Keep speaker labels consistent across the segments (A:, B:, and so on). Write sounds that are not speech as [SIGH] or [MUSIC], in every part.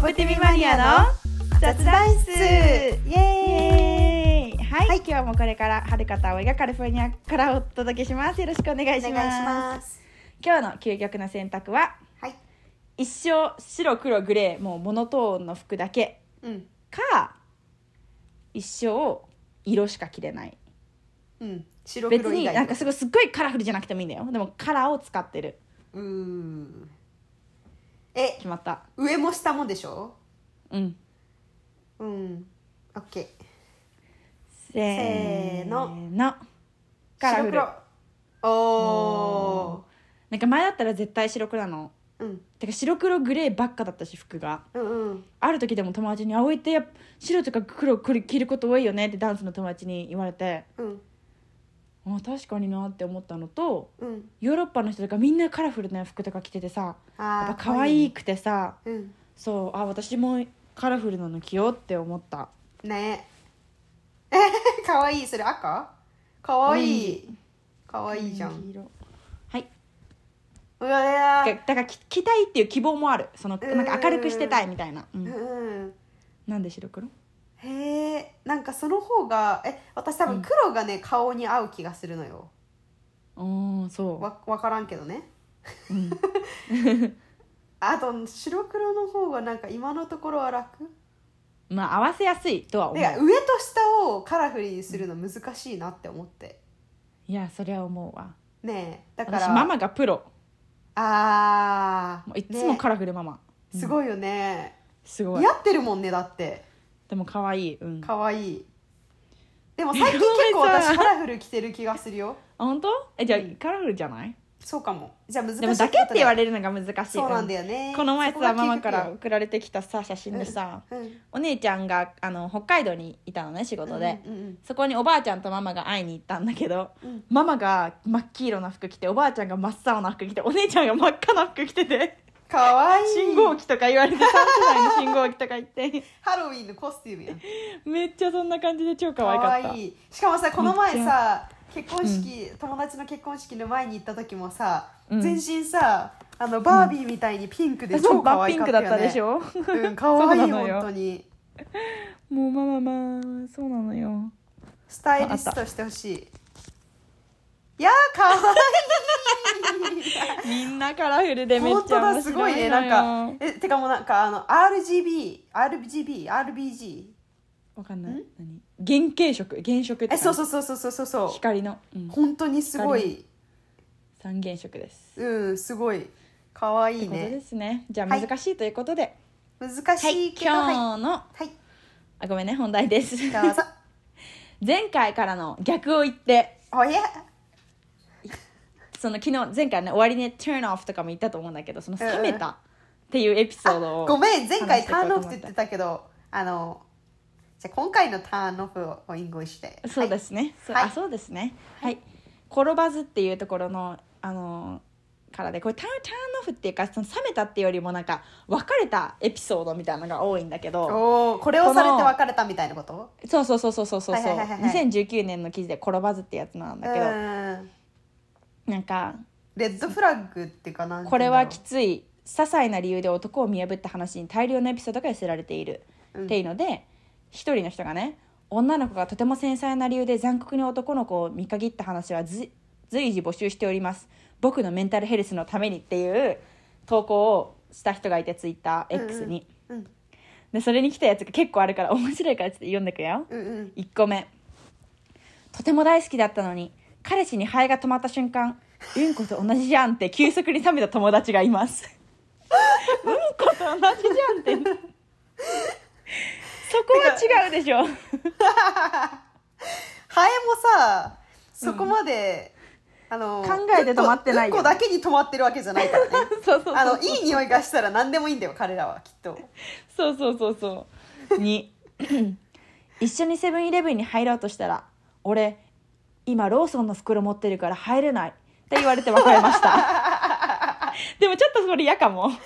A: プティビマニアの雑談室イエーイはい、
B: はい
A: 今日もこれからはるかと葵がカリフォルニアからお届けしますよろしくお願い
B: お願
A: し
B: いし
A: ます
B: ます。
A: 今日の究極の選択は
B: はい。
A: 一生白黒グレーもうモノトーンの服だけ
B: うん。
A: か一生色しか着れない
B: うん。白
A: 別
B: 黒以
A: に
B: 外
A: なんかすごいすっごいカラフルじゃなくてもいいんだよでもカラーを使ってる
B: うーん。え、
A: 決まった
B: 上も下もでしょ
A: うん
B: うん。オッケー。
A: せーの
B: せ
A: カラフル
B: 白黒。お
A: なんか前だったら絶対白黒なの
B: ー。うん。
A: てか白黒グレーばっかだったし服が
B: うんうん。
A: ある時でも友達に「葵ってやっぱ白とか黒く着ること多いよね」ってダンスの友達に言われて
B: うん。
A: あ確かになって思ったのと
B: うん。
A: ヨーロッパの人とかみんなカラフルな服とか着ててさやっ
B: あ
A: ぱ
B: あ。
A: 可愛くてさ
B: 可愛い。うん。
A: そうあ私もカラフルなの着ようって思った
B: ねえ。 [LAUGHS] 可愛い。それ赤可愛い。可愛いじゃ
A: 黄
B: ん。
A: 色はいう
B: わや
A: だから着着たいっていう希望もあるその
B: うーん
A: なんか明るくしてたいみたいな、う、
B: うんん。
A: なんで白黒
B: へえ。なんかその方が、え、私多分黒がね、顔に合う気がするのよ。
A: うんそ
B: わ分からんけどね
A: う、うん、
B: [LAUGHS] あと白黒の方がなんか今のところは楽
A: まあ合わせやすいとは思
B: だ
A: う
B: から上と下をカラフルにするの難しいなって思って
A: いやそれは思うわ
B: ねえだから
A: 私ママがプロ
B: ああ
A: もういっつもカラフルママ、うん
B: すごいよね
A: すごい
B: 似合ってるもんねだって
A: でも可愛いうんあ
B: 可愛いでも最
A: [LAUGHS]
B: 近結構
A: ごめんなさい
B: 私カラフル着てる気がするよ
A: 本当えじゃあ、
B: うん
A: カラフルじゃない
B: そうかもじゃあ難しい
A: でもだけって言わ
B: れ
A: れるのが難しい
B: そうなんだ
A: よ、
B: よね
A: この前
B: そこが
A: さ
B: 究
A: マ
B: 極よ
A: マから送られてきたさ写真でさ、
B: うん
A: お姉ちゃんがあの北海道にいたのね仕事で、
B: うんうん
A: そこにおばあちゃんとママが会いに行ったんだけど
B: うんうん
A: ママが真っ黄色な服着ておばあちゃんが真っ青な服着てお姉ちゃんが真っ赤な服着てて
B: 可愛い
A: 信号機とか言われて3世代の信号機とか言って
B: ハロウィンのコスチュームやん
A: めっちゃそんな感じで超可愛かった
B: 可愛いしかもさこの前さ結婚式、友達の結婚式の前に行った時もさ、
A: うん
B: 全身さあのバービーみたいにピンクで
A: 私も真
B: 超可
A: っピン
B: 愛か
A: ク
B: っ
A: だ
B: た
A: った
B: よ
A: でし
B: ね
A: ょ
B: うん可愛い
A: そうなのよ
B: 本当に
A: もうまあまあまあそうなのよ
B: スタイリストしてほしいいやー可愛い
A: みんなカラフルでめっ
B: 本当
A: ちゃ面白いのよ
B: だすごいねなんかえてかもうなんかあの RGBRGBRBG
A: わかんない何原型色原色って
B: えそうそうそうそうそうそうそう
A: 光の、うん、
B: 本当にすごい
A: 三原色です
B: うんすごい可愛い
A: ってこと
B: ね
A: ですねじゃあ
B: はい
A: 難しいということでは
B: 難しいけどはい
A: 今日の、
B: はい、
A: あごめんね本題です
B: どうぞ。
A: [LAUGHS] 前回からの逆を言って
B: おや、
A: その昨日前回ね終わりね turn off とかも言ったと思うんだけどその冷めたっていうエピソードを
B: ごめん、前
A: 話
B: 回
A: して
B: タ
A: こう
B: ーン
A: と
B: オ
A: 思
B: フっ
A: ってて
B: 言ってたけど、あの、じゃあ今回のターンオフをイングリッシュで。
A: そうですね、そう
B: はい
A: あそうですねはい、転ばずっていうところのあのーからでこれターンターンオフっていうかその冷めたっていうよりもなんか別れたエピソードみたいなのが多いんだけ
B: はい。
A: ど
B: おお、これをされて別れたみたいなこと
A: そうそうそうそうそうそう、
B: はいはいはいはいはい
A: 2019年の記事で「転ばず」ってやつなん
B: う
A: だけど、
B: ーん。
A: なんか
B: レッドフラッグっていうかなんて
A: こ
B: 言
A: れ
B: うんだろ
A: は
B: う
A: きつい些細な理由で男を見破った話に大量のエピソードが寄せられている、
B: うん
A: っていうので一人の人がね女の子がとても繊細な理由で残酷に男の子を見限った話はず随時募集しております僕のメンタルヘルスのためにっていう投稿をした人がいてツイッター X に、
B: うん
A: でそれに来たやつが結構あるから面白いからちょっと読んでくよ、
B: うんうん。
A: 1個目とても大好きだったのに彼氏にハエが止まった瞬間うんこと同じじゃんって急速に冷めた友達がいますうんこと同じじゃんってそこは違うでしょ
B: ハエもさ、そこまで、あの、
A: 考えて止まってないよ
B: 1個だけに止まってるわけじゃないからね。
A: [LAUGHS] そうそう
B: あの、いい匂いがしたら何でもいいんだよ、彼らは、きっと。
A: そうそうそうそう2一緒にセブンイレブンに入ろうとしたら「俺今ローソンの袋持ってるから入れない」って言われて別れました
B: [LAUGHS]
A: でもちょっとそれ嫌かもそんな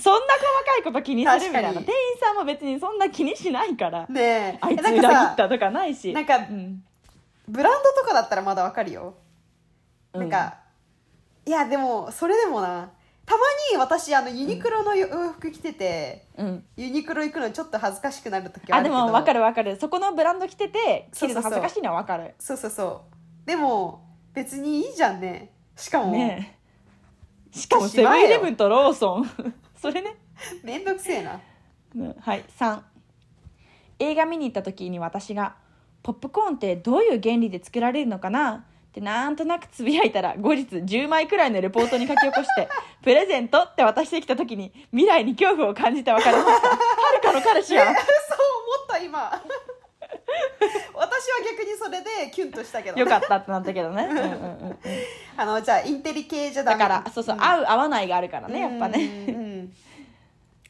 A: 細かいこと気にするみたいな
B: 確か
A: 店
B: に
A: 員さんも別にそんな気にしないから
B: ねえ。
A: あいつ
B: えな
A: 裏
B: んか
A: 切
B: さ
A: ったとかないし
B: なんか
A: うん
B: ブランドとかだったらまだわかるよ、
A: うん
B: なんかいやでもそれでもなたまに私あのユニクロの洋服着てて、
A: うん、
B: ユニクロ行くのちょっと恥ずかしくなる時はあ
A: あ
B: る
A: で
B: けど
A: も分かる分かるそこのブランド着てて着るの
B: そ
A: 恥
B: うそうそう
A: ずかしいのは分かる
B: そうそうそうでも別にいいじゃんねしかも、
A: ねえしかも
B: し
A: セブ
B: ま
A: ン
B: えよ
A: イレブンとローソ
B: [LAUGHS]
A: ンそれね
B: めんどくせえ
A: [LAUGHS]
B: な
A: うんはい3映画見に行った時に私が「ポップコーンってどういう原理で作られるのかな?」ってなんとなくつぶやいたら後日10枚くらいのレポートに書き起こ
B: [LAUGHS]
A: して「プレゼント」って渡してきた時に未来に恐怖を感じて別れましたはるかの彼氏
B: そう
A: や
B: 思った今私は逆にそれでキュンとしたけど
A: よかったってなったけど
B: [LAUGHS]
A: ね、うんうんうんうん、
B: あのじゃあインテリ系じゃダ
A: だ
B: メ
A: からそうそう、
B: ん
A: 合う合わないがあるからねやっぱね、
B: うんうん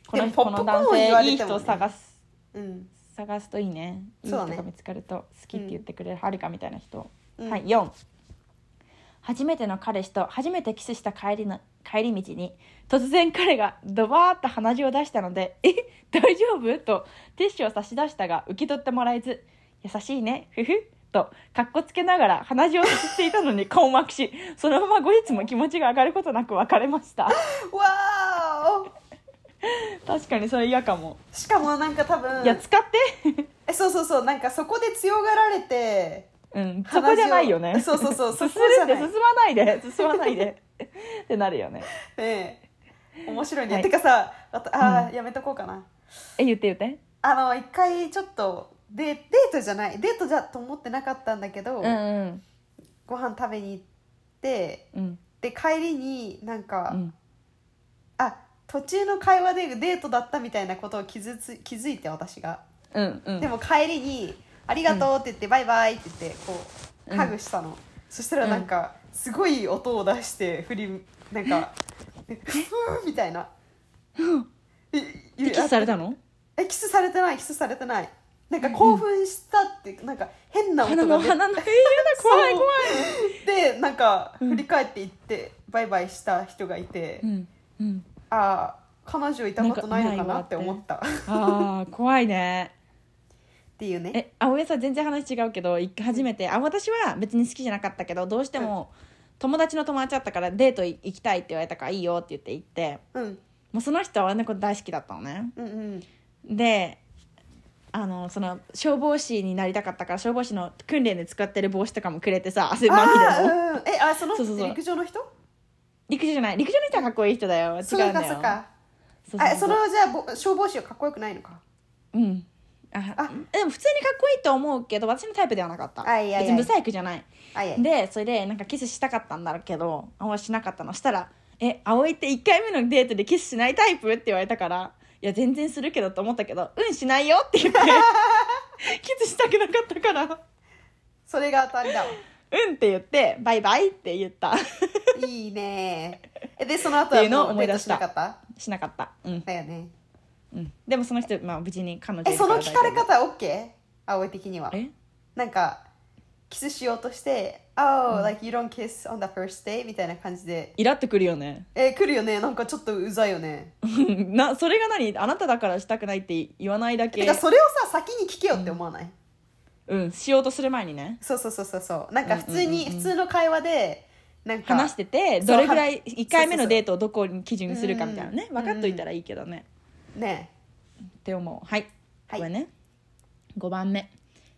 A: この
B: でもポ
A: こ
B: ップコー
A: の
B: ン
A: 男
B: 言わ
A: 性
B: れてもね
A: いい人を探す
B: うん
A: 探すといいねいい
B: そうだ
A: 人
B: ね
A: が見つかると好きって言ってくれるはるかみたいな人、
B: うん
A: はい4初めての彼氏と初めてキスした帰りの帰り道に突然彼がドバーッと鼻血を出したので「 [LAUGHS] え大丈夫?」とティッシュを差し出したが受け取ってもらえず「優しいねふふ」とかっこつけながら鼻血をすすっていたのに困惑しそのまま後日も気持ちが上がることなく別れました [LAUGHS]
B: わーお
A: 確かにそれ嫌かも、
B: しかもなんか多分
A: いや使って
B: えそうそうそうなんかそこで強がられて
A: うん、
B: 話
A: そ
B: を
A: こじゃないよね。
B: そうそうそうそ
A: 進 [LAUGHS]
B: こ
A: んで
B: じゃない
A: 進まないで、進まないで。 [LAUGHS] ってなるよね。
B: ねえ面白いね、
A: はい
B: てかさあとあー、やめとこうかな
A: え、言って言って。
B: あの一回ちょっとデデートじゃないデートじゃと思ってなかったんだけど、
A: うんうん
B: ご飯食べに行って
A: うん
B: で帰りになんか、
A: うん。
B: あ途中の会話でデートだったみたいなことを気づつ気づいて私が、
A: うんうん。
B: でも帰りに「ありがとう」って言って「バイバイ」って言ってこ
A: う
B: うんハグしたの、そしたらなんか、すごい音を出して振りなんか「ふー」みたいな。え
A: えキスされたの？
B: えキスされてないキスされてないなんか興奮したって、なんか変な音
A: 鼻
B: が
A: の
B: 出て
A: 鼻の。えー、怖い
B: そう
A: 怖
B: でなんか
A: うん
B: 振り返っていって、バイバイした人がいて、
A: い。うんうん。
B: ああ彼女いたことないのかなって
A: なんかないわって
B: 思ったっ
A: ああ怖いね。
B: ていうね
A: え、青江さん全然話違うけど、一回初めてあ私は別に好きじゃなかったけど、どうしても友達の友達だったからデート行きたいって言われたからいいよって言って行って、
B: うん
A: もうその人は俺のこと大好きだったのね。
B: うんうん
A: であのその消防士になりたかったから消防士の訓練で使ってる帽子とかもくれてさ汗まみ
B: あ
A: れの
B: ー、うん、えあその
A: そうそうそう
B: 陸上の人
A: 陸上じゃない陸上の人はかっこいい人だよ違うん
B: そうか
A: だ
B: そう
A: よ
B: か
A: そうそう
B: あ
A: そう
B: そのじゃあぼ消防士はかっこよくないのか
A: うんあ
B: あ
A: でも普通にかっこいいと思うけど私のタイプではなかった
B: あいやい
A: 別
B: や
A: にブサイクじゃない
B: あいや
A: でそれでなんかキスしたかったんだけどあんましなかったのしたら「え葵って1回目のデートでキスしないタイプ?」って言われたから「いや全然するけど」と思ったけど「うんしないよ」って
B: [LAUGHS]
A: 言ってキスしたくなかったから。
B: それが当たりだわ
A: うんって言って、バイバイって言った。
B: いいねえでその後
A: っていうのを
B: はもう
A: 思い
B: デー
A: 出
B: ト
A: し
B: したなかった
A: しなかった。うん。
B: だよね
A: うん。でもその人、まあ無事に彼女
B: え
A: いるら
B: その
A: 大丈
B: 聞
A: 夫
B: かれ方は OK? 葵的には
A: え
B: なんかキスしようとして「Oh、like you don't kiss on the first day」みたいな感じで
A: イラっとくるよね。 [LAUGHS]
B: えー来るよねなんかちょっとうざいよね
A: な、それが何あなただからしたくないって言わないだ
B: て
A: け
B: か。それをさ先に聞けよって思わない、
A: うん。しようとする前にね。
B: そうそうそうそうそうなんか普通に、普通の会話でなんか
A: 話してて、
B: そう
A: どれぐらい、
B: は
A: 1回目
B: そ
A: の
B: うそうそう
A: デートをどこに基準にするかみたいなね。
B: うん
A: 分かっといたらいいけどね。
B: ね
A: って思う。はい。
B: はい
A: これね。5番目。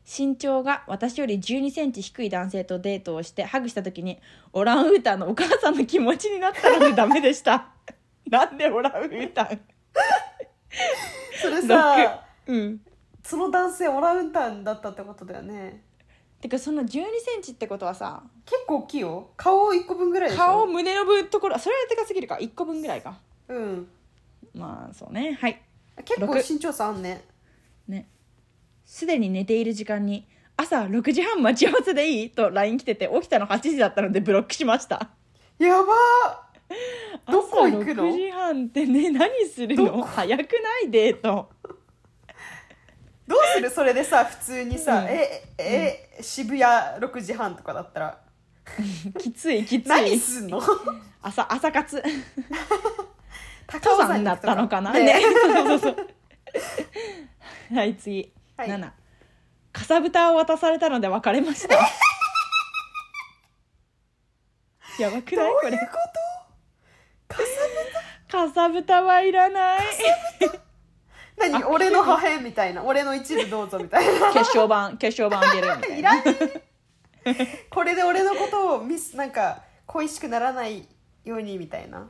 A: 身長が私より1 2センチ低い男性とデートをしてハグした時にオランウータンのお母さんの気持ちになったの
B: [LAUGHS]
A: でダメでしたなんでオランウータン
B: それさ
A: うん
B: その男性オランウータンだったってことだよね
A: てかその1 2センチってことはさ
B: 結構大きいよ顔1個分ぐらいでしょ
A: 顔胸の分ところそれはでかすぎるか1個分ぐらいか
B: うん
A: まあそうねはい
B: 結構
A: 六
B: 身長差あんね
A: ねすでに寝ている時間に朝6時半待ち合わせでいいと LINE 来てて起きたの8時だったのでブロックしました
B: やば [LAUGHS] どこ行く
A: 朝
B: の
A: 6時半ってね何する
B: ど
A: の早くないデート
B: ーどうするそれでさ普通にさ、
A: うん
B: ええ、渋谷6時半とかだったら
A: [LAUGHS] きついきつ
B: 何
A: い
B: すんの
A: 朝朝活
B: 高
A: [LAUGHS] 登
B: 尾山
A: 山
B: に
A: だっ
B: 行くと
A: たのかなね [LAUGHS] そうそうそう [LAUGHS] はい次、
B: はい
A: 7かさぶたを渡されたので別れま
B: [LAUGHS]
A: したやばく
B: どう
A: ないこ
B: いう
A: れ
B: ことかさぶ
A: かさぶたはいらない
B: 何俺の破片みたいな俺の一部どうぞみたいな
A: [LAUGHS] 決勝版決勝版あげるみたい
B: [LAUGHS] い
A: な
B: らねえこれで俺のことをミスなんか恋しくならないようにみたいな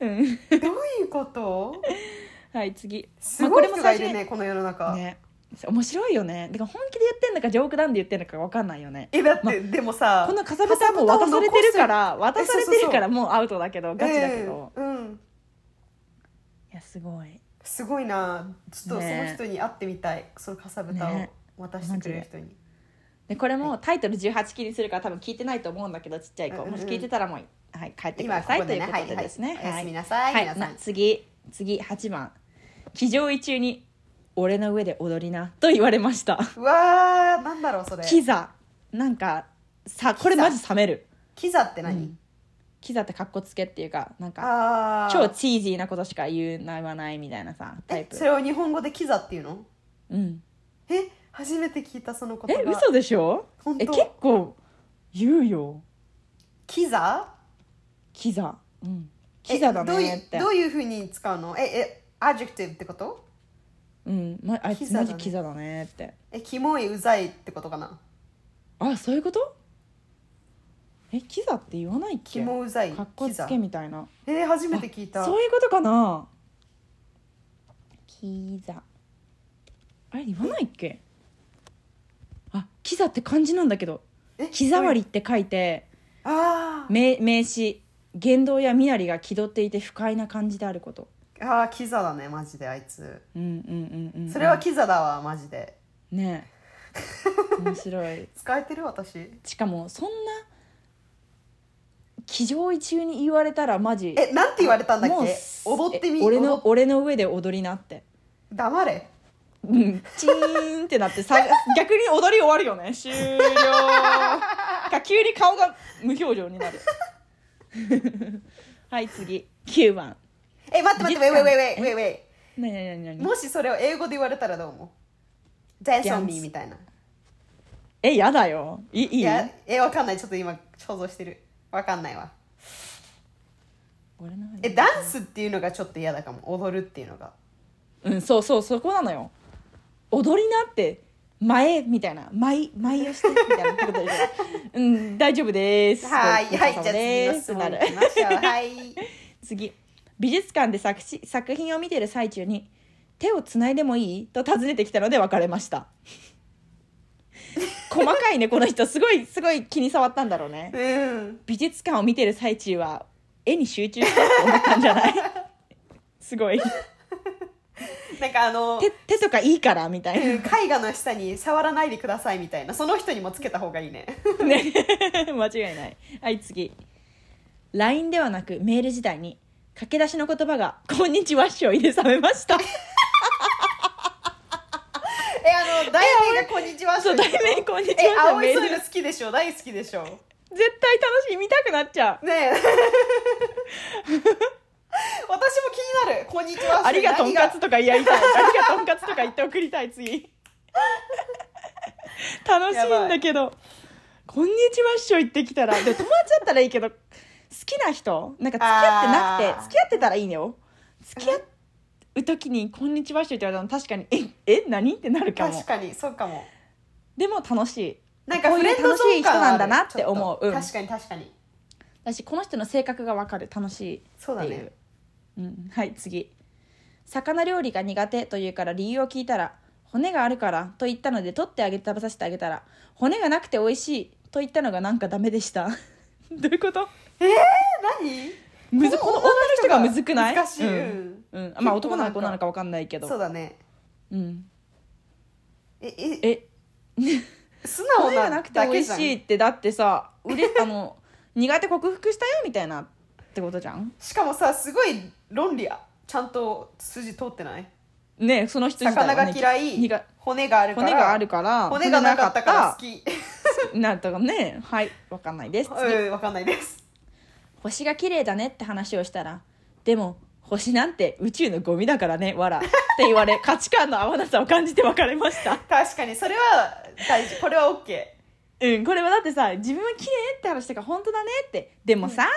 A: うん
B: どういうこと
A: はい次
B: すご
A: ま
B: い
A: あ
B: 人
A: これも
B: が
A: 最
B: い
A: 初
B: る
A: に
B: ねこの世の中、
A: ね面白いよねてか本気で言ってんのかジョークなんで言ってんのかわかんないよね
B: えだってでもさ
A: このかさぶたも渡されてるから
B: さぶたを
A: 渡
B: 残す
A: されて
B: えそ
A: る
B: うそう
A: か
B: そ
A: ら
B: う
A: もうアウトだけどガチだけど、
B: ええうん
A: いやすごい
B: すごいなちょっとその
A: ね
B: 人に会ってみたい、そのかさぶたを
A: ね
B: 渡してくれる人に、
A: でこれもタイトル18禁にするから多分聞いてないと思うんだけどちっちゃい子、
B: うんうん
A: もし聞いてたらもう、はい、帰ってく
B: 今
A: だ
B: こ
A: さい
B: こでね
A: とい
B: は
A: うこと
B: い
A: で
B: はい
A: ですね
B: おやすみなさい、
A: はい、
B: 皆さ
A: なん次次8番「騎乗位中に俺の上で踊りな」と言われました
B: うわーなんだろうそれ
A: キザなんかさこれマジ冷める
B: キザって何、
A: うんキザってかっこつけっていうかなんか
B: ああ
A: 超チージーなことしか言うな言わないみたいなさタイ
B: え
A: プ
B: それを日本語でキザっていうの
A: うん
B: え初めて聞いたその言
A: え
B: 葉
A: 嘘でしょ
B: 本
A: え
B: 当
A: 結構言うよ
B: キザ
A: キザうん
B: え
A: キザだ
B: どうい
A: ねって
B: うどういうふうに使うのええアジェクティブってこと
A: うんまあい
B: キ
A: つ
B: ザ
A: マ
B: だね
A: ジキザだねって
B: えキモいうざいってことかな
A: あそういうことえキザって言わないっけ
B: キモうざい
A: かっこ
B: キ
A: つ
B: ザ
A: けみたいな
B: えー初めて聞いた
A: そういうことかなキザあれ言わないっけあキザって漢字なんだけど
B: え
A: 「キザ割り」って書いて
B: あー
A: 名名詞言動や身なりが気取っていて不快な感じであること
B: あーキザだねマジであいつ
A: うんうんうんうん
B: それはキザだわマジで
A: ねえ面白い [LAUGHS]
B: 使えてる私
A: しかもそんな騎乗位中に言われたらマジ
B: えなんて言われたんだっ
A: もう
B: け踊ってみ
A: え俺
B: 踊
A: の
B: っ
A: 俺の上で踊りなって
B: 黙れ
A: うんチーンってなってさ逆に踊り終わるよね終了か急に顔が無表情になる [LAUGHS] はい次9番
B: え待って待ってウェイウェイウェイウェイウェイウェイ
A: なになになになに
B: もしそれを英語で言われたらどう思う ?Dance on me みたいな。
A: えやだよいいい
B: い
A: い
B: や、え、わかんない。ちょっと今、想像してる。わかんないわ。
A: 俺の上
B: え、
A: で
B: ダンスっていうのがちょっと嫌だかも。踊るっていうのが。
A: うんそうそうそこなのよ踊りなって前みたいな前前をしてみたいなってことでしょ
B: [LAUGHS]
A: うん大丈夫です
B: はい、
A: ご
B: は
A: 苦
B: い、
A: 労様で
B: じゃあ次の質
A: す
B: 問
A: なる
B: いきましょう。はい。
A: 次美術館で作詞作品を見てる最中に「手をつないでもいい?」と尋ねてきたので別れました
B: [LAUGHS]
A: 細かいねこの人すごいすごい気に触ったんだろうね
B: うん。
A: 美術館を見てる最中は絵に集中したって思ったんじゃない
B: [LAUGHS]
A: すごい
B: なんかあの、
A: 手手とかいいからみたいな [LAUGHS]
B: うん絵画の下に触らないでくださいみたいな。その人にもつけた方がいいね。
A: ね間違いないはい次 LINE ではなくメール時代に駆け出しの言葉が「こんにちはっしょい」で覚めました
B: [LAUGHS] え、あの、題名がこんにちは。
A: [LAUGHS] そう題名こんにち
B: え、
A: はっしょ
B: 青
A: メー
B: いそう
A: ル
B: いうの好きでしょ大好きでしょ
A: 絶対楽しい見たくなっちゃう
B: ねえ
A: [LAUGHS]
B: 私も気になる「こんにち
A: [LAUGHS]
B: は」
A: ありがとん
B: 何
A: かつとかやりたいありがとんかつとか言って送りたい次楽しいんだけど「こんにちはっしょ」言ってきたらで友達だったらいいけど好きな人なんか付き合ってな
B: あ
A: く
B: ー
A: て付き合ってたらいいのよ付き合う時に「こんにちはっしょ」って言われたの確かに「ええ何?」ってなるかも
B: 確かにそうかも
A: でも楽しい
B: なんか
A: こう
B: フ
A: いう
B: レンドゾーン感はあ
A: 楽しい人なん
B: る
A: だなって思う
B: ちょっと
A: うん
B: 確かに確かに
A: だしこの人の性格がわかる楽しい
B: そうだ
A: っていう
B: ね
A: うん、はい次魚料理が苦手というから理由を聞いたら骨があるからと言ったので取ってあげて食べさせてあげたら骨がなくて美味しいと言ったのがなんかダメでした [LAUGHS] どういうこと
B: 何
A: むずこの女の人がむずくない
B: 難しい、う
A: うん
B: ん
A: うん
B: 結構
A: まあ男なの子なのかわかんないけど
B: そうだね
A: うん、
B: ええ
A: え
B: 素直
A: 骨が
B: な
A: なくて
B: だ
A: 美
B: け
A: 味
B: じゃん
A: しいってだってさうれあの苦手克服したよみたいなってことじゃん
B: しかもさすごい論理ちゃんと筋通ってない
A: ねえその人自体
B: 魚
A: は
B: が
A: ね
B: 嫌
A: に
B: い
A: が
B: 骨があるから
A: 骨があるから
B: 骨がなかったから好
A: 骨
B: き
A: [LAUGHS] なとかねはいわかんないです次
B: うんわかんないです
A: 星が綺麗だねって話をしたらでも星なんて宇宙のゴミだからねわらって言
B: [LAUGHS]
A: われ価値観の合わなさを感じて別れました
B: 確かにそれは大事これは OK
A: うんこれはだってさ自分は綺麗って話したから本当だねってでもさ、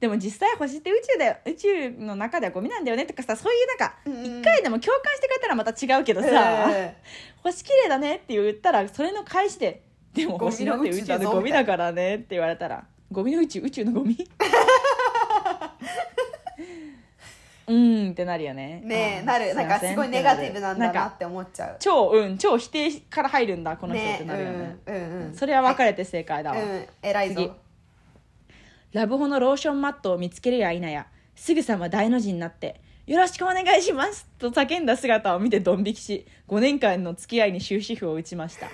A: でも実際星って宇宙だよ宇宙の中ではゴミなんだよねとかさそういうなんか
B: うんうん
A: 一回でも共感してくれたらまた違うけどさ、
B: え
A: 星綺麗だねって言ったらそれの返しで「でも
B: ゴミ
A: 星な
B: の
A: んて
B: 宇
A: 宇
B: 宙だ
A: 宙
B: ぞ
A: のゴミだからね」って言われたら「ゴミの宇宙宇宙のゴミ? 」うーんってなるよね。
B: えね
A: あ
B: え
A: ー
B: なる
A: す
B: ないん
A: ま
B: か
A: せ
B: すごいネガティブなんだ
A: って
B: な
A: る
B: って思っちゃう
A: 超うん超否定から入るんだこの人って
B: ね
A: なるよね
B: えうんうんうん
A: それは分かれて正解だわ、
B: うん偉い
A: 次
B: ぞ
A: ラブホのローションマットを見つけるや否やすぐさま大の字になって「よろしくお願いします」と叫んだ姿を見てドン引きし5年間の付き合いに終止符を打ちました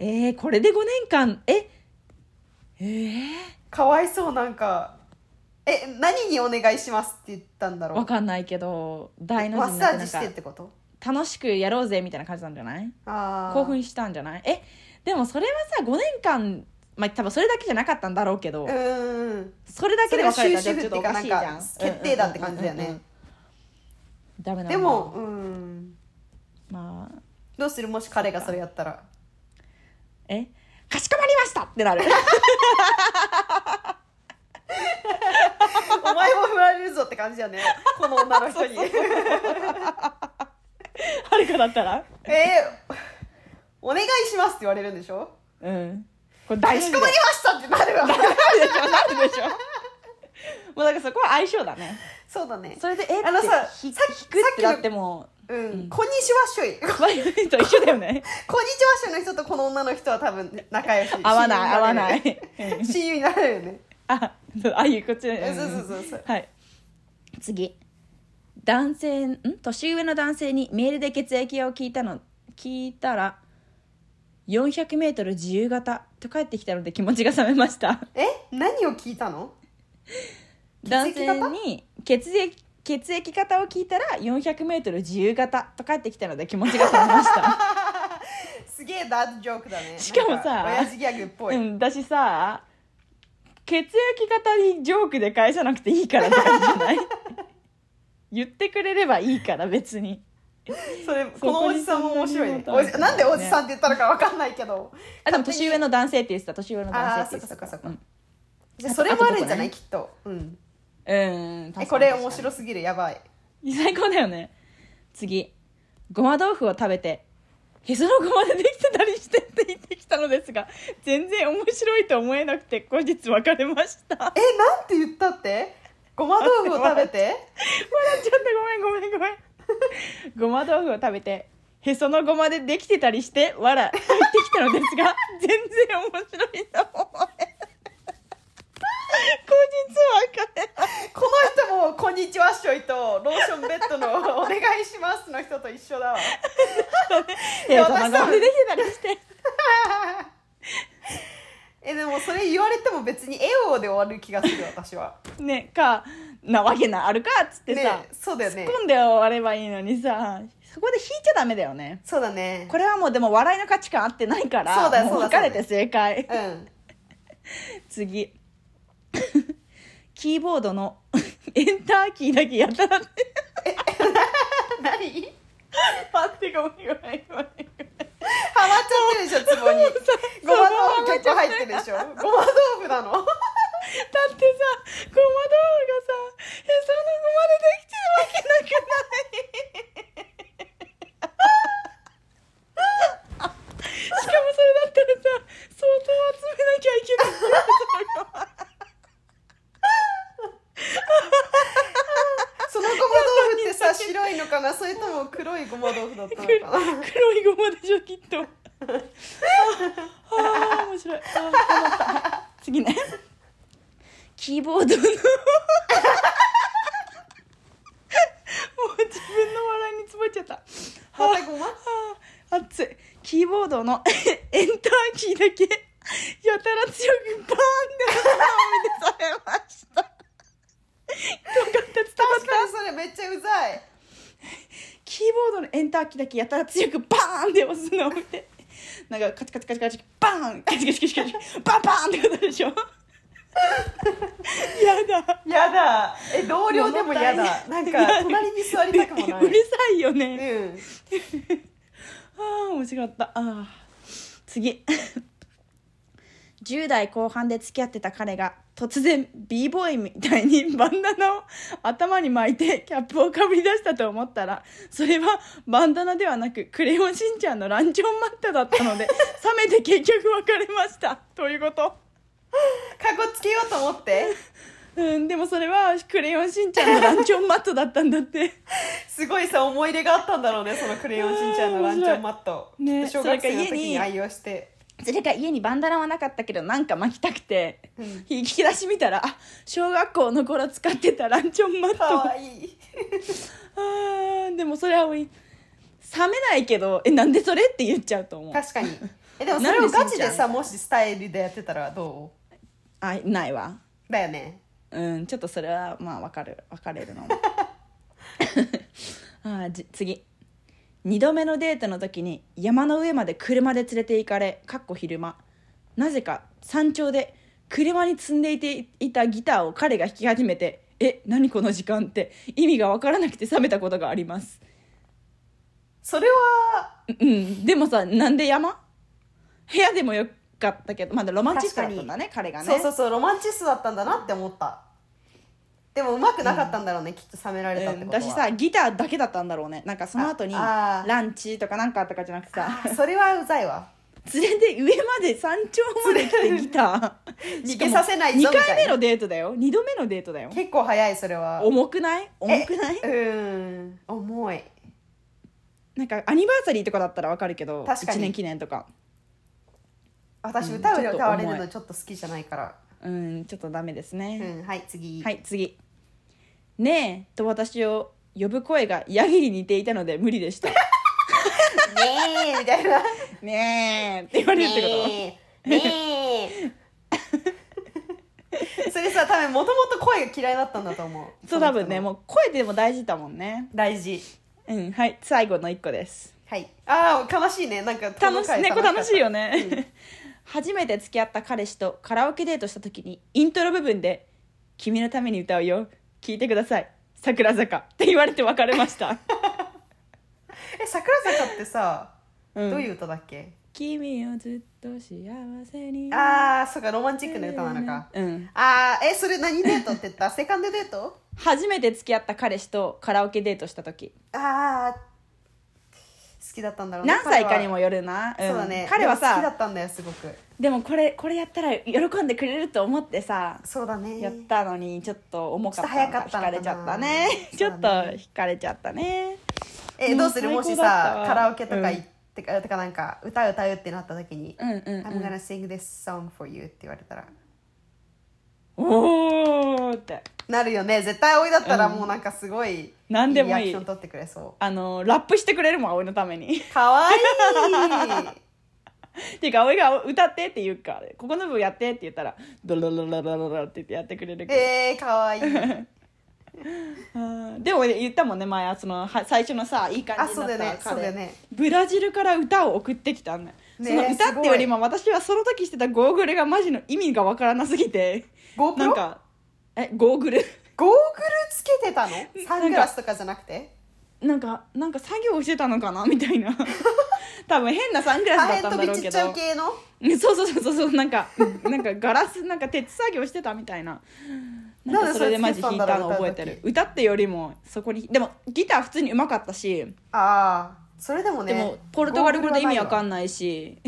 A: えー、これで5年間ええー、
B: かわいそうなんかえ何にお願いしますって言ったんだろ
A: わ
B: う
A: かんないけど大の
B: マ
A: 字
B: ッ
A: に
B: サ
A: な
B: ージ
A: っ
B: して
A: て
B: っ
A: なんか
B: てこと
A: 楽しくやろうぜみたいな感じなんじゃない
B: ああ
A: 興奮したんじゃないえでもそれはさ5年間まあ多分それだけじゃなかったんだろうけど、
B: うんうんうん
A: それだけで別れたらち
B: そ
A: ょっ
B: れが終止符って
A: と
B: い
A: お
B: うか
A: かしいじゃん
B: なんか決定だって感じだよね
A: うんうんうんうんダメなんだ
B: でもうん
A: まあ
B: どうするもし彼がそれやったら
A: えかしこまりましたって
B: [LAUGHS]
A: なる
B: お前も振られるぞって感じだねこの女の人に
A: はるかだったら
B: えーお願いしますって言われるんでしょ
A: うんこれ
B: か
A: 大
B: し
A: 事
B: こ
A: だ
B: ま
A: な
B: り
A: る
B: ま
A: で
B: したってなるわ
A: しょな
B: [LAUGHS]
A: るでしょもうだからそこは相性だね
B: そうだね
A: それでえ
B: あのさ
A: ってひ
B: さっき
A: 引くっ
B: さってきの
A: だっても
B: うん、
A: うん
B: こんにちはしょいこんにち
A: うワインと一緒だよ
B: [LAUGHS]
A: ね
B: はしょいの人とこの女の人は多分仲良し
A: 合わない合わないうん
B: 親友になれるよね
A: あそうああいうこっちね
B: えそうそうそうそう
A: はい次男性ん年上の男性にメールで血液を聞いたの聞いたら 400m 自由形と返ってきたので気持ちが冷めました
B: え何を聞いたの
A: 男
B: 血液型
A: 性に血液血液型を聞いたら 400m 自由形と返ってきたので気持ちが冷めました
B: [LAUGHS] すげえダートジョークだね
A: しかもさ
B: なん親父ギャグっぽい、
A: うんだしさ血液型にジョークで返さなくていいからって感じじゃない [LAUGHS] 言ってくれればいいから別に
B: それ
A: そ
B: この
A: こ
B: お
A: に
B: じさんも面白いね
A: そんな
B: お
A: に
B: じなんでおじさんって言ったのかわかんないけど
A: あでも年上の男性って言ってた年上の男性って言って
B: あーそ
A: た
B: っかそっかそっか
A: うん
B: じゃあそれもあるんじゃない、
A: あ
B: きっと、うん、
A: うーん
B: え
A: 確か
B: こ
A: に
B: れ面白すぎるやばい
A: 最高だよね次ごま豆腐を食べてへそのごまでできてたりしてって言ってきたのですが全然面白いと思えなくて後日別れました笑っ
B: えなんて言ったってごま豆腐を食べ [LAUGHS] て
A: ちゃったごめんごめんごめんごま豆腐を食べてへそのごまでできてたりして笑って言ってきたのですが全然面白いと思えない後日別れ
B: この人も「こんにちはしょい」と「ローションベッドのお願いします」の人と一緒だわ
A: いや私多分できてたりして
B: [LAUGHS] えでもそれ言われても別に「えお」で終わる気がする私は
A: ねかなわけなあるかっつってさ、
B: ねそうだよね
A: 突っ込んで終わればいいのにさそこで引いちゃダメだよね
B: そうだね
A: これはもうでも笑いの価値観合ってないから
B: そうだよ
A: も
B: そうだ
A: 別れて正解
B: うん
A: 次 [LAUGHS] キーボードの [LAUGHS] エンターキーだけやたらね
B: [LAUGHS] [LAUGHS] 何
A: 待ってごめんごめ [LAUGHS] んごめん
B: ハマっちゃってるでしょツ [LAUGHS] ボにごま豆腐結構入ってるでしょごま豆腐なの
A: だってさごま豆腐がさへそのごまでできてるわけなくないしかもそれだったらさ相当集めなきゃいけない
B: [LAUGHS] そのごま豆腐ってさ白いのかなそれとも黒いごま豆腐だったのか [LAUGHS] な
A: 黒いごまでしょきっとああ面白いああ困ったはい次ねキーボードのもう自分の笑いに詰まっちゃった
B: またごま
A: あー [LAUGHS] 熱いキーボードの [LAUGHS] エンターキーだけやたら強くバーンって頭を見てされましたよかった伝わっ
B: 確
A: た
B: かにそれめっちゃうざい
A: キーボードのエンターキーだけやたら強くバーンって押すのを見てなんかカチカチカチカチバーンカチカチカチカチバンバーンってことでしょやだ
B: やだえ同僚でもやだなんか [LAUGHS] 隣に座りたくも [LAUGHS]
A: [LAUGHS]
B: ないう
A: るさいよね、
B: うん
A: ああ面白かったあー次10代後半で付き合ってた彼が突然 b ボーイみたいに [LAUGHS] バンダナを頭に巻いてキャップをかぶり出したと思ったらそれはバンダナではなく「クレヨンしんちゃん」のランチョンマットだったので冷めて結局別れましたということ、
B: かこつけようと思って
A: うん、でもそれは「クレヨンしんちゃん」のランチョンマットだったんだって
B: すごいさ思い入れがあったんだろうねその「クレヨンしんちゃん」のランチョンマット、
A: 面白いね
B: 小学生の時
A: それか家
B: に
A: に
B: 愛用して
A: それか家にバンダナはなかったけどなんか巻きたくて、
B: うん
A: 引き出し見たらあ小学校の頃使ってたランチョンマット
B: かわいい
A: あーでもそれはおい冷めないけどえなんでそれって言っちゃうと思う
B: 確かにえでもそれを
A: なん
B: ガ
A: で
B: チ
A: しんちゃん
B: でさもしスタイルでやってたらど
A: あないわ
B: うだよね
A: うんちょっとそれはまあ分かる分かれるの [LAUGHS] もあーじ次2度目のデートの時に山の上まで車で連れて行かれかっこ昼間なぜか山頂で車に積んでいていたギターを彼が弾き始めて「え何この時間」って意味が分からなくて冷めたことがあります
B: それは
A: うん、でもさなんで山部屋でもよかったけどまだロマンチストだったんだね彼がね
B: そうそうそうロマンチストだったんだなって思ったでもうまくなかったんだろうね、きっと冷められたって
A: う
B: こ
A: ん
B: とは、
A: 私さギターだけだったんだろうねなんかその後に
B: ああー
A: ランチとかなんかとかじゃなくてさ [LAUGHS]
B: あーそれはうざいわ
A: 連れて上まで山頂まで来てギタ
B: [LAUGHS]
A: ー
B: 逃げさせないぞ
A: 2
B: みたいな
A: 回目のデートだよ2度目のデートだよ
B: 結構早いそれは
A: 重くない重くない
B: えうん重い
A: なんかアニバーサリーとかだったらわかるけど
B: 確かに
A: 1年記念とか
B: 私
A: うん
B: 歌う
A: ちょっ
B: よ
A: と
B: 歌われる
A: 重
B: の
A: い
B: ちょっと好きじゃないから
A: うんちょっとダメですね、
B: うんはい次
A: はい次「ねえ」と私を呼ぶ声がヤギに似ていたので無理で
B: [LAUGHS]
A: した「
B: ねえみたい
A: [LAUGHS]
B: なね
A: ねえ」って言われるってこ
B: えね
A: [LAUGHS]
B: えそれさ多分もともと声が嫌いだったんだと思う
A: とそう多分ね
B: の人の
A: もう声でも大事だもんね
B: 大事
A: うんはい最後の一個です
B: はいああ悲しいねなんか
A: 楽しい猫楽しいよ
B: ね
A: ね、初めて付き合った彼氏とカラオケデートした時にイントロ部分で「君のために歌うよ聞いてください桜坂」って言われて別れま
B: [LAUGHS]
A: した、
B: え桜坂ってさ、
A: うん、
B: どういうう歌だっけ
A: 君をずっと幸せに
B: ああそうかロマンチックな歌なのか、
A: うん
B: ああえそれ何デートって言ったセカンドデート
A: 初めて付き合った彼氏とカラオケデートした時
B: ああ好きだったんだろうね
A: 何歳かに
B: 彼は
A: もよるな、うん
B: そうだね
A: 彼は
B: でも好きだ
A: さ
B: ったんだよすごく
A: でもこれこれやったら喜んでくれると思ってさ
B: そうだね
A: やったのにちょっと重かった
B: ちょっと早かった
A: 惹か
B: のかな
A: れちゃったねちょっと惹かれちゃったね
B: え
A: うん
B: どうする
A: 最
B: も
A: 高だ
B: し
A: った
B: さ
A: わ
B: カラオケとか行ってか,、てかなんか歌う歌うってなった時に
A: うんうんう
B: 「I'm
A: ん
B: gonna sing this song for you」って言われたら
A: おーって
B: なるよね絶対葵だったらもうなんかすごい、
A: 何でもいい
B: リアクション取ってくれそ
A: あのラップしてくれるもん葵のために [LAUGHS]
B: うかわいい
A: っていうか葵が歌ってって言うからここの部分やってって言ったらドロロロロロロって言ってやってくれるから
B: えー、かわいい
A: うんでも言ったもんね前はそのは最初のさいい感じになった
B: あそうだよね
A: 彼
B: そうだよね
A: ブラジルから歌を送ってきたんだよ、
B: ね
A: その歌っていうよりも私はその時してたゴーグルがマジの意味がわからなすぎて
B: GoPro?
A: なんかえゴーグル
B: ゴーグルつけてたのサングラスとかじゃなくて
A: なんかなんか作業してたのかなみたい
B: [LAUGHS]
A: な多分変なサングラス
B: ハ
A: だ
B: エ
A: ったん
B: 飛
A: だ
B: び
A: ろう
B: ち
A: け
B: っち
A: ど
B: ゃう系の
A: うんそうそうそうそうそうなんかなんかガラスなんか鉄作業してたみたいななん
B: な
A: か
B: んで
A: そ
B: そ
A: れ
B: れ
A: でマジ弾いたの覚えてる
B: つけてたんだろ
A: 歌ってよりもそこにでもギター普通にうまかったし
B: ああそれでもね
A: でもポルトガル語で意味わかんないし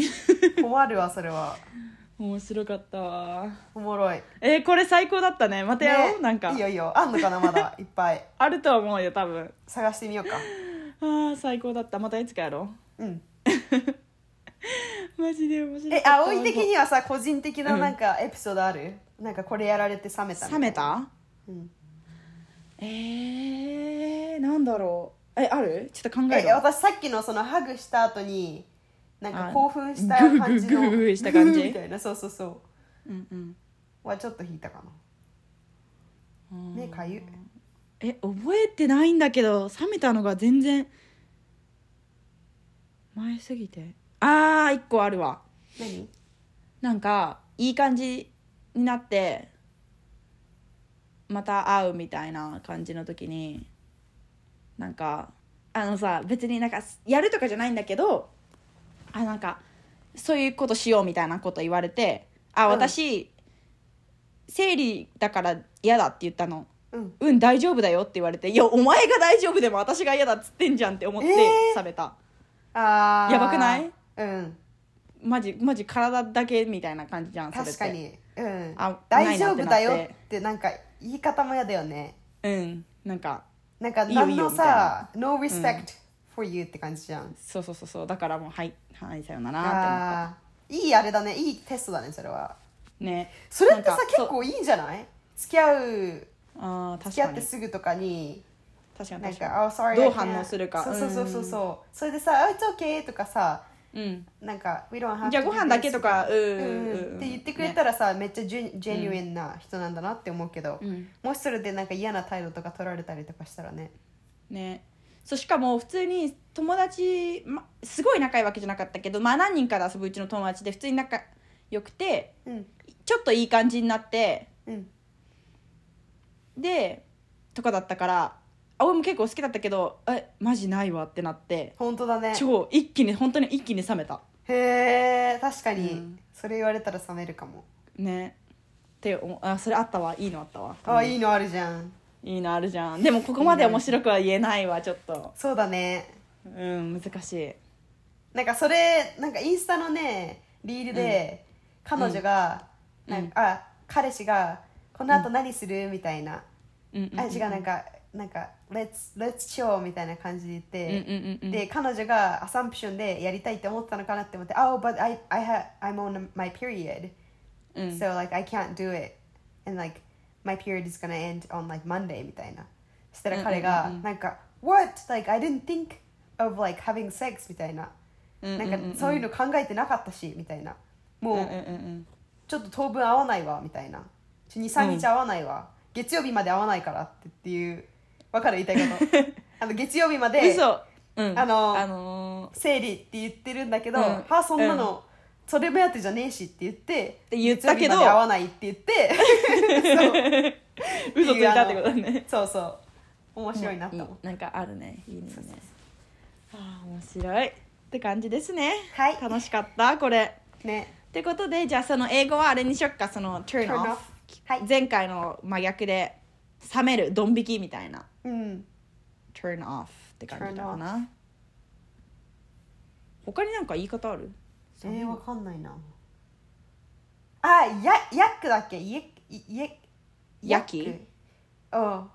B: 困るわそれは [LAUGHS]
A: 面白かったわ
B: おもろい
A: えーこれ最高だったねまたやろう、
B: ね
A: なんか
B: いいよいいよあんのかな
A: [LAUGHS]
B: まだいっぱい
A: あると思うよ多分
B: 探してみようか
A: あー最高だったまたいつかやろ
B: うん
A: うマジで面白か
B: え
A: った
B: 葵的にはさ個人的ななんかエピソードある、なんかこれやられて冷めたみたい
A: 冷
B: な
A: めた
B: うん
A: えー、なんだろうえあるちょっと考え
B: え
A: ろ
B: 私さっきのそのハグした後になんか
A: あ
B: 興奮した
A: グーグー
B: 感じの
A: グーグーした感じ
B: グーみたいなそうそうそ
A: うんうん
B: うはちょっと引いたかなねかゆ
A: え覚えてないんだけど冷めたのが全然前すぎてあー一個あるわ
B: 何
A: なんかいい感じになってまた会うみたいな感じの時になんかあのさ別になんかやるとかじゃないんだけどあなんかそういうことしようみたいなこと言われてあ
B: うん
A: 私、生理だから嫌だって言ったの
B: うん
A: うん大丈夫だよって言われていやお前が大丈夫でも私が嫌だっつってんじゃんって思って
B: えー
A: 冷めた、
B: あー
A: やばくない
B: うん
A: マジマジ体だけみたいな感じじゃんそれって
B: 確かに、うん、
A: あ
B: 大丈
A: ない
B: 夫
A: なっ
B: だ
A: てなって
B: よってなんか言い方も嫌だよね
A: うんなんか
B: なんか
A: いいよ
B: 何のさ「No
A: いな
B: respect for you」って感じじゃん
A: そうそうそうそうだからもうはいはいさよならって思った
B: あーいいあれだねいいテストだねそれは
A: ね
B: それってさ
A: なんか
B: 結構いいんじゃない付き合う
A: あー
B: 付
A: 確
B: き合
A: か
B: って
A: に
B: すぐとかに
A: 確かに
B: なん
A: 確
B: か
A: か
B: 「あ、sorry
A: どう
B: I can't
A: 反応するか
B: そうそうそうそうそうそれでさ「あ It's okay」とかさ
A: にうん
B: なんか「We don't have to
A: じゃあ
B: do
A: ご飯だけ
B: this
A: とかうん
B: うん
A: うんうん
B: って言ってくれたらさ、めっちゃジェジェニュエンな人なんだなって思うけど、
A: うん
B: もしそれでなんか嫌な態度とか取られたりとかしたらね
A: ねそうしかも普通に友達、ますごい仲いいわけじゃなかったけど、まあ、何人かで遊ぶうちの友達で普通に仲良くて
B: うん
A: ちょっといい感じになって
B: うん
A: でとかだったからあ俺も結構好きだったけどえマジないわってなって
B: 本当だね
A: 超一気に本当に一気に冷めた
B: へえ確かに、
A: うん
B: それ言われたら冷めるかも
A: ねって思うあそれあったわいいのあったわ
B: あいいのあるじゃん
A: いいのあるじゃんでもここまで面白くは言えないわちょっと
B: そうだね
A: うん難しい
B: なんかそれなんかインスタのねリールで、彼女が、なんかあ彼氏が「この後何する?」みたいな、
A: うんうん
B: あ違うなんかなんか「Let's, let's chill」みたいな感じで言って、
A: うんうんうんうん
B: で彼女がアサンプションでやりたいって思ったのかなって思って「Oh, but I, I ha, I'm on my period,
A: うん
B: so like I can't do it and like my period is gonna end on like Monday」みたいなそしたら彼がなんか「What? Like I didn't think of like having sex」みたいななんかそういうの考えてなかったしみたいなもう
A: うんうんうん
B: ちょっと当分会わないわみたいな23日会わないわ、月曜日まで会わないからってっていうわかる言いたいこと [LAUGHS] あの月曜日まで
A: 嘘うん
B: あの
A: あの
B: 生理って言ってるんだけど、
A: うん
B: はあそんなの、それ目当てじゃねえしって言って
A: て言ったけど
B: 月曜日まで会わないって言って
A: [LAUGHS] ー嘘ついたってことだね
B: そうそう面白いなと思う、
A: なんかあるねいいねああ面白いって感じですね
B: はい
A: 楽しかったこれ
B: ね
A: ってことでじゃあその英語はあれにしよっかその turn
B: turn
A: off
B: off はい
A: 前回の真逆で冷めるドン引きみたいな
B: うん
A: turn off って感じだか
B: turn
A: な他になんか言い方ある
B: えー、わかんないなあやヤックだっけイエイエ
A: ヤキ
B: ヤックうん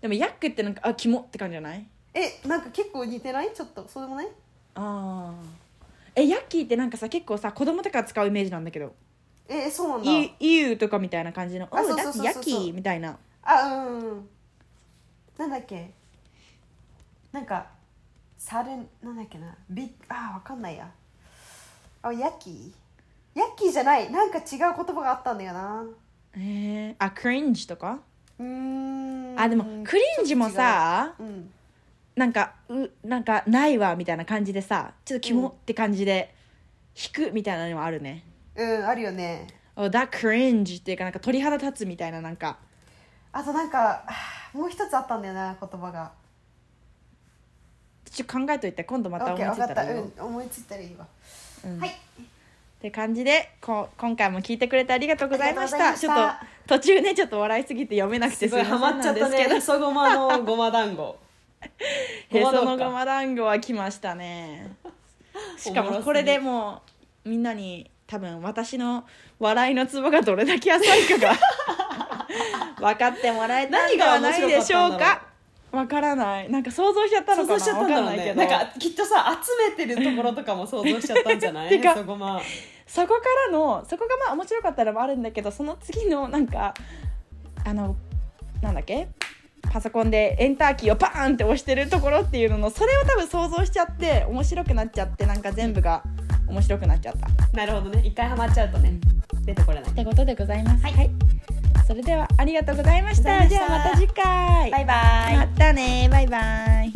A: でもヤックってなんかあキモって感じじゃない
B: えなんか結構似てないちょっとそうでもない
A: ああえヤッキーってなんかさ結構さ子供とか使うイメージなんだけど
B: えそうなんだ
A: イイユーとかみたいな感じの「お
B: あそううそ
A: だ
B: う
A: っ
B: そうそ
A: てヤ
B: う
A: ッキー」みたいな
B: あうんうんうんなんだっけなんかサレンなんだっけなビッあわかんないやあヤッキーヤッキーじゃないなんか違う言葉があったんだよな
A: えー、あクリンジとか、
B: うーん
A: あでもクリンジもさ
B: うん
A: なんかうなんかないわみたいな感じでさちょっとキモ
B: うん
A: って感じで引くみたいなのはあるね
B: うんあるよね
A: 「おだクリンジ」っていうかなんか鳥肌立つみたいななんか
B: あとなんかあーもう一つあったんだよな言葉が
A: ちょっと考えといて今度ま
B: オ
A: た
B: ッ
A: 思
B: ケ
A: い
B: ー
A: つ
B: わ
A: い
B: か
A: た
B: った
A: ら
B: う
A: 言おうん
B: 思いついたらいいわ、
A: うん
B: はい
A: って感じでこ今回も聞いてくれてありがとうございました
B: ありがとうございまし
A: ち
B: た
A: ょっと途中ねちょっと笑いすぎて読めなくてすいませんなんですけど、
B: そごまのごま団子
A: [LAUGHS] へそのごま団子は来ましたね
B: [LAUGHS]
A: しか
B: おもろすぎ
A: も
B: る
A: これでもうみんなに多分私の笑いのツボがどれだけ浅いか
B: [LAUGHS]
A: が分かってもらえたんではないでしょう
B: 何が面白かったんだろ
A: か分からないなんか想像しちゃったのかな分かんないけど
B: きっとさ集めてるところとかも想像しちゃったんじゃ
A: [LAUGHS]
B: な
A: てか
B: へそごま
A: そこからのそこがまあ面白かったのもあるんだけどその次のなんかあのなんだっけパソコンでエンターキーをバーンって押してるところっていうののそれを多分想像しちゃって面白くなっちゃってなんか全部が面白くなっちゃった。っ
B: なるほどね一回ハマっちゃうとね出てこれない
A: てことでございます。はい、それではありがとうございました。
B: ありがと
A: じ
B: うございました
A: ゃあまた次回。
B: バイバイ
A: またねバイバイ。